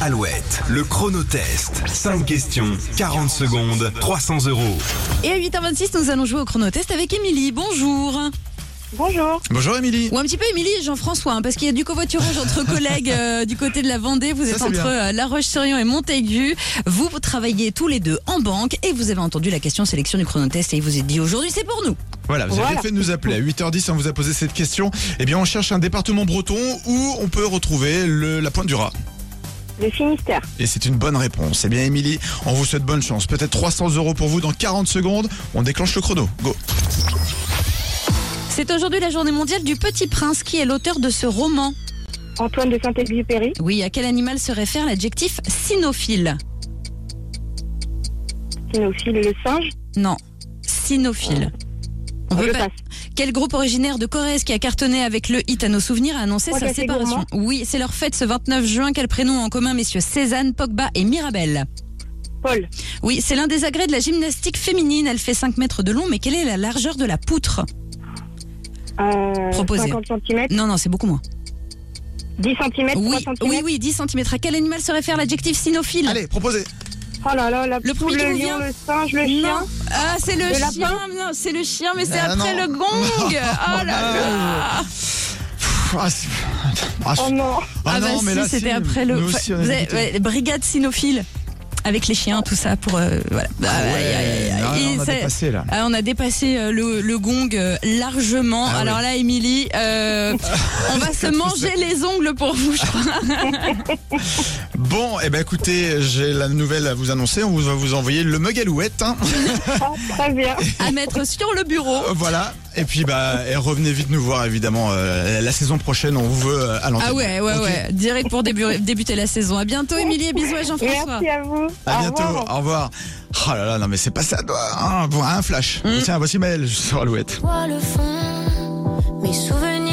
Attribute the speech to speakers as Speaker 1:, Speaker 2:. Speaker 1: Alouette, le chronotest. 5 questions, 40 secondes, 300 euros.
Speaker 2: Et à 8h26, nous allons jouer au chronotest avec Émilie. Bonjour.
Speaker 3: Bonjour.
Speaker 4: Bonjour Émilie.
Speaker 2: Ou un petit peu Émilie et Jean-François, hein, parce qu'il y a du covoiturage entre collègues euh, du côté de la Vendée. Vous êtes
Speaker 4: c'est
Speaker 2: entre
Speaker 4: bien.
Speaker 2: euh, La Roche-sur-Yon et Montaigu. Vous, vous travaillez tous les deux en banque et vous avez entendu la question sélection du chronotest et il vous est dit aujourd'hui c'est pour nous.
Speaker 4: Voilà, vous avez
Speaker 3: Voilà.
Speaker 4: bien fait de nous appeler. À 8h10, on vous a posé cette question. Eh bien, on cherche un département breton où on peut retrouver le- la pointe du rat.
Speaker 3: Le Finistère.
Speaker 4: Et c'est une bonne réponse. Eh bien, Émilie, on vous souhaite bonne chance. Peut-être 300 euros pour vous dans 40 secondes. On déclenche le chrono. Go.
Speaker 2: C'est aujourd'hui la journée mondiale du Petit Prince. Qui est l'auteur de ce roman
Speaker 3: Antoine de Saint-Exupéry.
Speaker 2: Oui, à quel animal se réfère l'adjectif cynophile
Speaker 3: Sinophile le singe.
Speaker 2: Non, cynophile. On
Speaker 3: Je
Speaker 2: peut pas-
Speaker 3: passe.
Speaker 2: Quel groupe originaire de Corrèze qui a cartonné avec le hit à nos souvenirs a annoncé
Speaker 3: Trois
Speaker 2: sa
Speaker 3: cafés
Speaker 2: séparation Oui, c'est leur fête ce 29 juin. Quel prénom en commun, messieurs Cézanne, Pogba et Mirabel
Speaker 3: Paul.
Speaker 2: Oui, c'est l'un des agrès de la gymnastique féminine. Elle fait 5 mètres de long, mais quelle est la largeur de la poutre
Speaker 3: Euh,
Speaker 2: Proposé.
Speaker 3: 50 cm.
Speaker 2: Non, non, c'est beaucoup moins.
Speaker 3: 10 cm.
Speaker 2: Oui,
Speaker 3: 3 cm.
Speaker 2: oui, oui, 10 cm. À quel animal se réfère l'adjectif cynophile
Speaker 4: Allez, proposez.
Speaker 3: Oh là là, la
Speaker 2: Le
Speaker 3: poule,
Speaker 2: prix
Speaker 3: le
Speaker 2: d'où
Speaker 3: lion,
Speaker 2: vient
Speaker 3: le singe, le chien.
Speaker 2: Non, ah, c'est le,
Speaker 3: Le lapin
Speaker 2: chien, non, c'est le chien, mais c'est
Speaker 4: Ah,
Speaker 2: après
Speaker 4: non. Ah,
Speaker 2: le gong. Oh là là.
Speaker 4: Pff, Ah, c'est- Ah, c'est-
Speaker 3: Oh non.
Speaker 4: ah
Speaker 2: Ah, bah
Speaker 4: non, mais
Speaker 2: si,
Speaker 4: là,
Speaker 2: c'était
Speaker 4: si,
Speaker 2: après le.
Speaker 4: nous aussi, on
Speaker 2: Vous
Speaker 4: est
Speaker 2: avez-
Speaker 4: habitués.
Speaker 2: ouais, les brigades cynophiles avec les chiens, tout ça pour euh, voilà. Aïe, aïe, aïe, aïe.
Speaker 4: Ah,
Speaker 2: Et
Speaker 4: non, on a
Speaker 2: ça-
Speaker 4: dépassé là.
Speaker 2: Ah, on a dépassé euh, le, le gong euh, largement.
Speaker 4: Ah
Speaker 2: Alors
Speaker 4: oui.
Speaker 2: là, Émilie, euh, on va se manger les ongles pour vous, je crois.
Speaker 4: Bon, eh ben écoutez, j'ai la nouvelle à vous annoncer. On va vous envoyer le mug alouette. hein.
Speaker 3: Ah, très bien.
Speaker 2: à mettre sur le bureau.
Speaker 4: Euh, voilà. Et puis, bah, et revenez vite nous voir, évidemment. euh, la saison prochaine, on vous veut euh, à l'antenne.
Speaker 2: Ah ouais, ouais,
Speaker 4: Ok.
Speaker 2: ouais. Direct pour débu- débuter la saison. À bientôt, Émilie, et bisous à Jean-François.
Speaker 3: Merci à vous.
Speaker 4: À
Speaker 3: Au
Speaker 4: bientôt,
Speaker 3: revoir.
Speaker 4: au revoir. Oh là là, non mais c'est pas ça, toi,
Speaker 2: Hmm.
Speaker 4: hein, pour un flash. Tiens, voici Maël sur Alouette.
Speaker 5: Vois le fond, mes souvenirs.